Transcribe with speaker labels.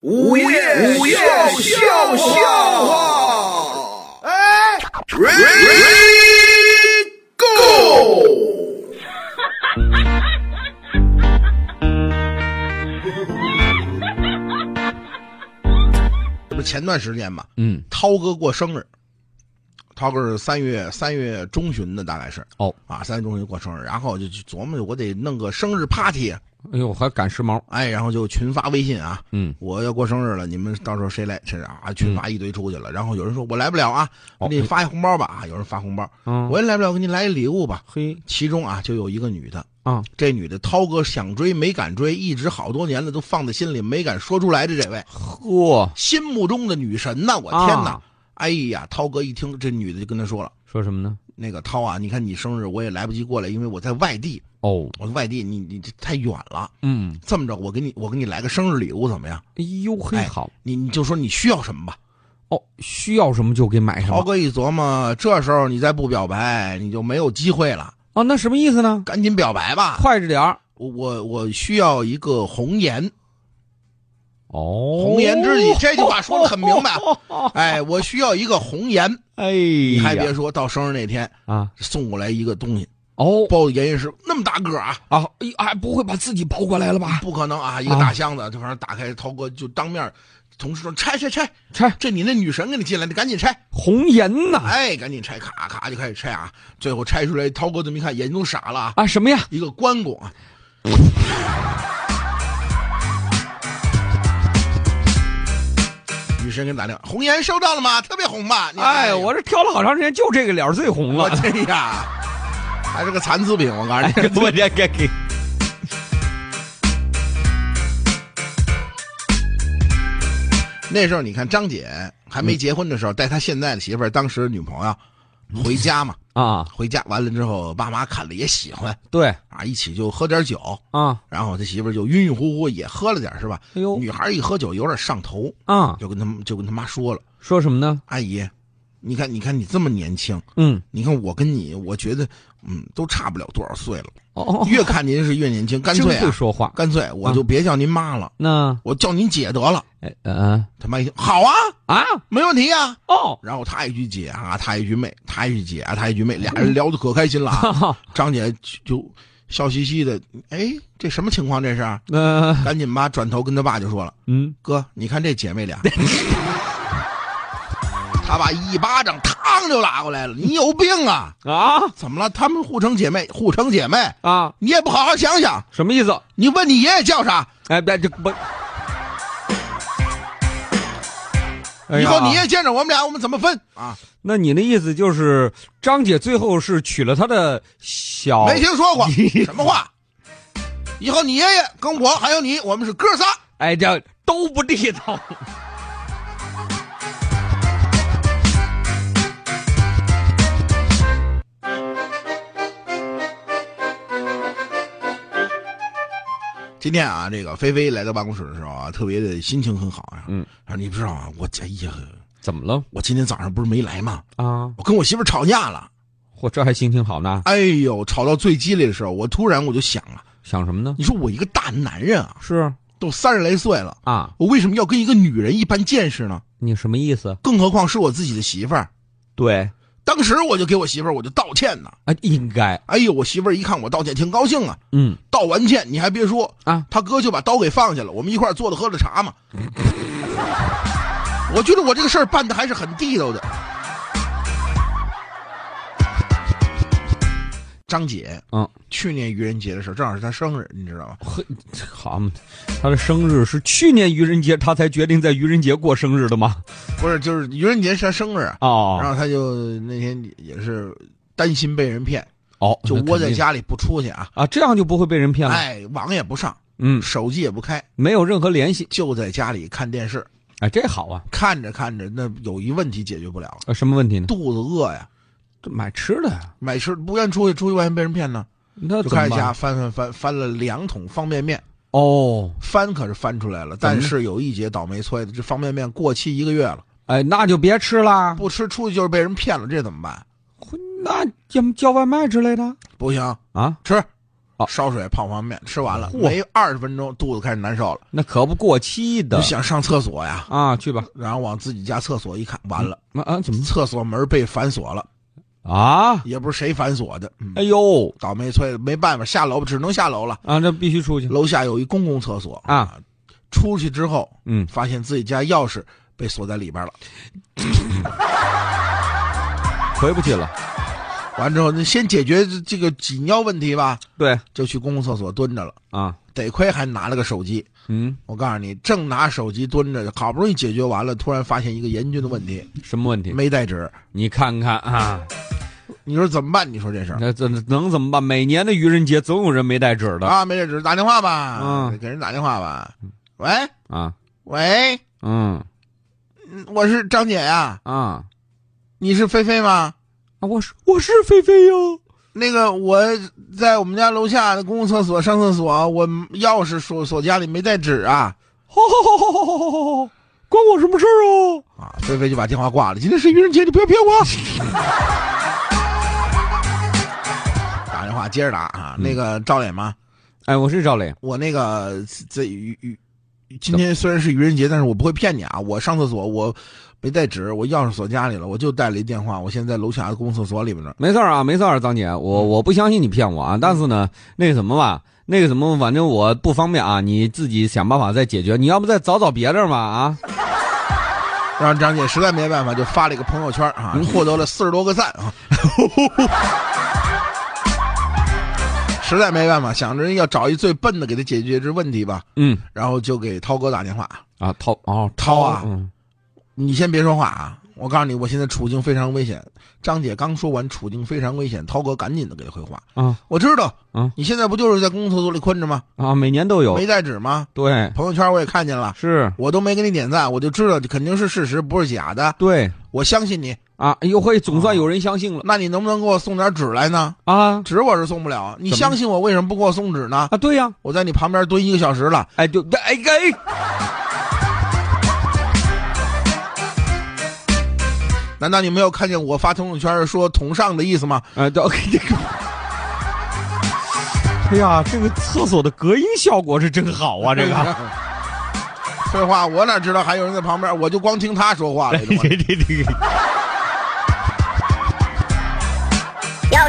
Speaker 1: 午夜午夜笑笑话，哎，Ready Go！
Speaker 2: 这不是前段时间嘛，
Speaker 3: 嗯，
Speaker 2: 涛哥过生日，涛哥是三月三月中旬的，大概是
Speaker 3: 哦，
Speaker 2: 啊，三月中旬过生日，然后就就琢磨我得弄个生日 party，
Speaker 3: 哎呦，还赶时髦，
Speaker 2: 哎，然后就群发微信啊，
Speaker 3: 嗯，
Speaker 2: 我要过生日了，你们到时候谁来谁啊？群发一堆出去了，然后有人说我来不了啊，
Speaker 3: 哦
Speaker 2: 给你发一红包吧啊，有人发红包，
Speaker 3: 嗯，
Speaker 2: 我也来不了，给你来一礼物吧。
Speaker 3: 嘿
Speaker 2: 其中啊，就有一个女的，
Speaker 3: 啊，
Speaker 2: 这女的涛哥想追没敢追，一直好多年了都放在心里没敢说出来的这位，
Speaker 3: 嚯，
Speaker 2: 心目中的女神呐，我
Speaker 3: 啊
Speaker 2: 天哪！哎呀，涛哥一听这女的就跟他说了，
Speaker 3: 说什么呢？
Speaker 2: 那个涛啊，你看你生日我也来不及过来，因为我在外地，
Speaker 3: 哦，
Speaker 2: 我在外地，你你这太远了。
Speaker 3: 嗯，
Speaker 2: 这么着，我给你我给你来个生日礼物怎么样？
Speaker 3: 哎呦嘿，
Speaker 2: 哎
Speaker 3: 好，
Speaker 2: 你你就说你需要什么吧。
Speaker 3: 哦，需要什么就给买什
Speaker 2: 涛
Speaker 3: 么，
Speaker 2: 哥一琢磨，这时候你再不表白，你就没有机会了，
Speaker 3: 哦，那什么意思呢？
Speaker 2: 赶紧表白吧。
Speaker 3: 快着点儿，
Speaker 2: 我我我需要一个红颜，
Speaker 3: 哦，
Speaker 2: 红颜知己这句话说得很明 白哎，我需要一个红颜。
Speaker 3: 哎
Speaker 2: 你还
Speaker 3: 呀
Speaker 2: 别，说到生日那天
Speaker 3: 啊，
Speaker 2: 送过来一个东西，
Speaker 3: 哦
Speaker 2: 包的严严实那么大个儿啊，
Speaker 3: 啊，哎哎，不会把自己抱过来了吧？
Speaker 2: 不可能啊，一个大箱子，这玩意儿打开，涛哥就当面，同事说拆拆拆，
Speaker 3: 拆嗯
Speaker 2: 这你那女神给你进来，你赶紧拆，
Speaker 3: 红颜呐，
Speaker 2: 哎，赶紧拆，咔咔就开始拆啊，最后拆出来，涛哥这么一看，眼睛都傻了啊，
Speaker 3: 啊，什么呀？
Speaker 2: 一个关公啊。女神给你打电话，红颜收到了吗？特别红吧？你
Speaker 3: 哎，我这挑了好长时间，就这个脸儿最红
Speaker 2: 我
Speaker 3: 了。
Speaker 2: 这呀，还是个残次品，我告诉
Speaker 3: 哎
Speaker 2: 你。，
Speaker 3: 我这给给，
Speaker 2: 那时候你看张姐还
Speaker 3: 嗯
Speaker 2: 没结婚的时候，带她现在的媳妇儿，当时女朋
Speaker 3: 嗯
Speaker 2: 友回家嘛，
Speaker 3: 啊，
Speaker 2: 回家完了之后，爸妈看了也喜欢
Speaker 3: 对
Speaker 2: 啊，一起就喝点酒，
Speaker 3: 啊，
Speaker 2: 然后他媳妇儿就晕晕乎乎也喝了点儿是吧？
Speaker 3: 哎呦
Speaker 2: 女孩一喝酒有点上头，
Speaker 3: 啊，
Speaker 2: 就跟他们就跟他妈说了，
Speaker 3: 说什么呢？
Speaker 2: 阿姨，你看你看你这么年轻，
Speaker 3: 嗯，
Speaker 2: 你看我跟你，我觉得嗯都差不了多少岁了，
Speaker 3: 哦哦，
Speaker 2: 越看您是越年轻，干脆
Speaker 3: 真不
Speaker 2: 啊，
Speaker 3: 说话。
Speaker 2: 干脆我就别叫您妈了，
Speaker 3: 那
Speaker 2: 我叫您姐得了。
Speaker 3: 哎呃
Speaker 2: 他妈一听，好啊，
Speaker 3: 啊
Speaker 2: 没问题啊。
Speaker 3: 哦，
Speaker 2: 然后他一句姐啊，他一句妹，他一句姐啊，他一句妹，俩人聊得可开心了、 啊。张姐就笑嘻嘻的，哎，这什么情况这是？啊
Speaker 3: 那
Speaker 2: 赶紧吧，转头跟他爸就说了，
Speaker 3: 呃嗯，
Speaker 2: 哥，你看这姐妹俩。他爸一巴掌，嘡就拉过来了。你有病啊！
Speaker 3: 啊
Speaker 2: 怎么了？她们互称姐妹，互称姐妹，
Speaker 3: 啊，
Speaker 2: 你也不好好想想。
Speaker 3: 什么意思？
Speaker 2: 你问你爷爷叫啥？
Speaker 3: 哎，别这不，哎呀哎
Speaker 2: 以后你也见着我们俩，我们怎么分啊？
Speaker 3: 那你的意思就是张姐最后是娶了他的小
Speaker 2: 没听说过什么话？以后你爷爷跟我还有你，我们是哥仨。
Speaker 3: 哎，这都不地道。
Speaker 2: 今天啊，这个菲菲来到办公室的时候啊，特别的心情很好啊。
Speaker 3: 嗯，
Speaker 2: 她说你不知道啊，我哎呀，
Speaker 3: 怎么了
Speaker 2: 我今天早上不是没来吗？
Speaker 3: 啊？
Speaker 2: 我跟我媳妇儿吵架了。
Speaker 3: 嚯，这还心情好呢？
Speaker 2: 哎呦，吵到最激烈的时候，我突然我就想啊，
Speaker 3: 想什么呢？
Speaker 2: 你说我一个大男人啊，
Speaker 3: 是
Speaker 2: 都三十来岁了，
Speaker 3: 啊，
Speaker 2: 我为什么要跟一个女人一般见识呢？
Speaker 3: 你什么意思？
Speaker 2: 更何况是我自己的媳妇儿。
Speaker 3: 对
Speaker 2: 当时我就给我媳妇儿我就道歉呐。
Speaker 3: 啊，应该
Speaker 2: 哎呦，我媳妇儿一看我道歉，挺高兴啊。
Speaker 3: 嗯
Speaker 2: 道完歉，你还别说，
Speaker 3: 啊，
Speaker 2: 他哥就把刀给放下了，我们一块儿坐着喝着茶嘛。我觉得我这个事儿办的还是很地道的。张姐，
Speaker 3: 嗯，
Speaker 2: 去年愚人节的时候，正好是她生日，你知道吗？
Speaker 3: 呵，好嘛，他的生日是去年愚人节，他才决定在愚人节过生日的吗？
Speaker 2: 不是，就是愚人节是她生日，啊然
Speaker 3: 哦
Speaker 2: 后她就那天也是担心被人骗，
Speaker 3: 哦，
Speaker 2: 就
Speaker 3: 那
Speaker 2: 窝在
Speaker 3: 肯定
Speaker 2: 家里不出去啊，
Speaker 3: 啊，这样就不会被人骗了。
Speaker 2: 哎，网也不上，
Speaker 3: 嗯，
Speaker 2: 手机也不开，
Speaker 3: 没有任何联系。
Speaker 2: 就在家里看电视，
Speaker 3: 哎，这好啊。
Speaker 2: 看着看着，那有一问题解决不了了，
Speaker 3: 啊，什么问题呢？
Speaker 2: 肚子饿呀。
Speaker 3: 这买吃的呀，
Speaker 2: 买吃不愿出去，出去万一被人骗呢，就
Speaker 3: 那怎么
Speaker 2: 开始
Speaker 3: 办
Speaker 2: 家翻翻翻翻了两桶方便面，
Speaker 3: 哦，
Speaker 2: 翻可是翻出来了，
Speaker 3: 么
Speaker 2: 但
Speaker 3: 呢
Speaker 2: 是有一节倒霉催的，这方便面过期一个月了，
Speaker 3: 哎，那就别吃啦，
Speaker 2: 不吃出去就是被人骗了，这怎么办？
Speaker 3: 那要么叫外卖之类的
Speaker 2: 不行，
Speaker 3: 啊。
Speaker 2: 吃，
Speaker 3: 哦
Speaker 2: 烧水泡方便面，吃完了
Speaker 3: 嚯
Speaker 2: 没二十分钟，肚子开始难受了，
Speaker 3: 那可不过期的
Speaker 2: 就想上厕所呀，
Speaker 3: 啊！去吧，
Speaker 2: 然后往自己家厕所一看，完了，
Speaker 3: 啊啊，怎么
Speaker 2: 厕所门被反锁了，
Speaker 3: 啊？
Speaker 2: 也不是谁反锁的，嗯
Speaker 3: 哎呦
Speaker 2: 倒霉催的没办法，下楼吧只能下楼了。
Speaker 3: 啊，这必须出去
Speaker 2: 楼下有一公共厕所
Speaker 3: 啊，
Speaker 2: 出去之后，
Speaker 3: 嗯
Speaker 2: 发现自己家钥匙被锁在里边了。
Speaker 3: 回不去了。
Speaker 2: 完之后，那先解决这这个紧要问题吧，
Speaker 3: 对
Speaker 2: 就去公共厕所蹲着了。
Speaker 3: 啊，
Speaker 2: 得亏还拿了个手机，
Speaker 3: 嗯，
Speaker 2: 我告诉你，正拿手机蹲着，好不容易解决完了，突然发现一个严峻的问题，
Speaker 3: 什么问题？
Speaker 2: 没带纸。
Speaker 3: 你看看啊，
Speaker 2: 你说怎么办？你说这事儿
Speaker 3: 那这能怎么办？每年的愚人节总有人没带纸的
Speaker 2: 啊，没带纸，打电话吧，
Speaker 3: 嗯
Speaker 2: 给人打电话吧。喂
Speaker 3: 啊，
Speaker 2: 喂，
Speaker 3: 嗯
Speaker 2: 嗯我是张姐呀、
Speaker 3: 啊
Speaker 2: 你是菲菲吗？
Speaker 3: 啊，我是我是菲菲哟，
Speaker 2: 那个我在我们家楼下的公共厕所上厕所，我钥匙锁锁家里没带纸啊
Speaker 3: 好好好好好好好好，关我什么事儿哦？
Speaker 2: 啊！菲菲就把电话挂了。今天是愚人节，你不要骗我。打电话接着打啊，那个赵磊吗？
Speaker 3: 哎，我是赵磊，
Speaker 2: 我那个这愚愚，今天虽然是愚人节，但是我不会骗你啊。我上厕所我没带纸，我钥匙锁家里了，我就带了一电话，我现在在楼下的公共厕所里边呢。
Speaker 3: 没事儿啊，没事儿啊，张姐，我我不相信你骗我啊，但是呢，那个什么吧，那个什么，反正我不方便啊，你自己想办法再解决，你要不再找找别地儿嘛啊？
Speaker 2: 让张姐实在没办法，就发了一个朋友圈啊，获得了四十多个赞啊。实在没办法，想着要找一最笨的给他解决这问题吧，
Speaker 3: 嗯
Speaker 2: 然后就给涛哥打电话。
Speaker 3: 啊，掏哦
Speaker 2: 掏啊
Speaker 3: 嗯
Speaker 2: 你先别说话啊，我告诉你，我现在处境非常危险。张姐刚说完处境非常危险，涛哥赶紧的给他回话。
Speaker 3: 啊
Speaker 2: 我知道，
Speaker 3: 嗯，
Speaker 2: 你现在不就是在公共厕所里困着吗？
Speaker 3: 啊，每年都有
Speaker 2: 没，带纸吗？
Speaker 3: 对，
Speaker 2: 朋友圈我也看见了，
Speaker 3: 是，
Speaker 2: 我都没给你点赞，我就知道这肯定是事实，不是假的。
Speaker 3: 对
Speaker 2: 我相信你，
Speaker 3: 啊，哎呦嘿，总算有人相信了
Speaker 2: 那你能不能给我送点纸来呢？
Speaker 3: 啊
Speaker 2: 纸我是送不了，你
Speaker 3: 怎么
Speaker 2: 相信我，为什么不给我送纸呢？
Speaker 3: 啊，对呀、
Speaker 2: 我在你旁边蹲一个小时了，
Speaker 3: 哎，就哎哎，
Speaker 2: 难道你没有看见我发朋友圈说“同上”的意思吗？
Speaker 3: 哎，对，这个，哎呀，这个厕所的隔音效果是真好啊，这个，
Speaker 2: 废话，我哪知道还有人在旁边，我就光听他说话了。
Speaker 3: 这这这个，
Speaker 4: 要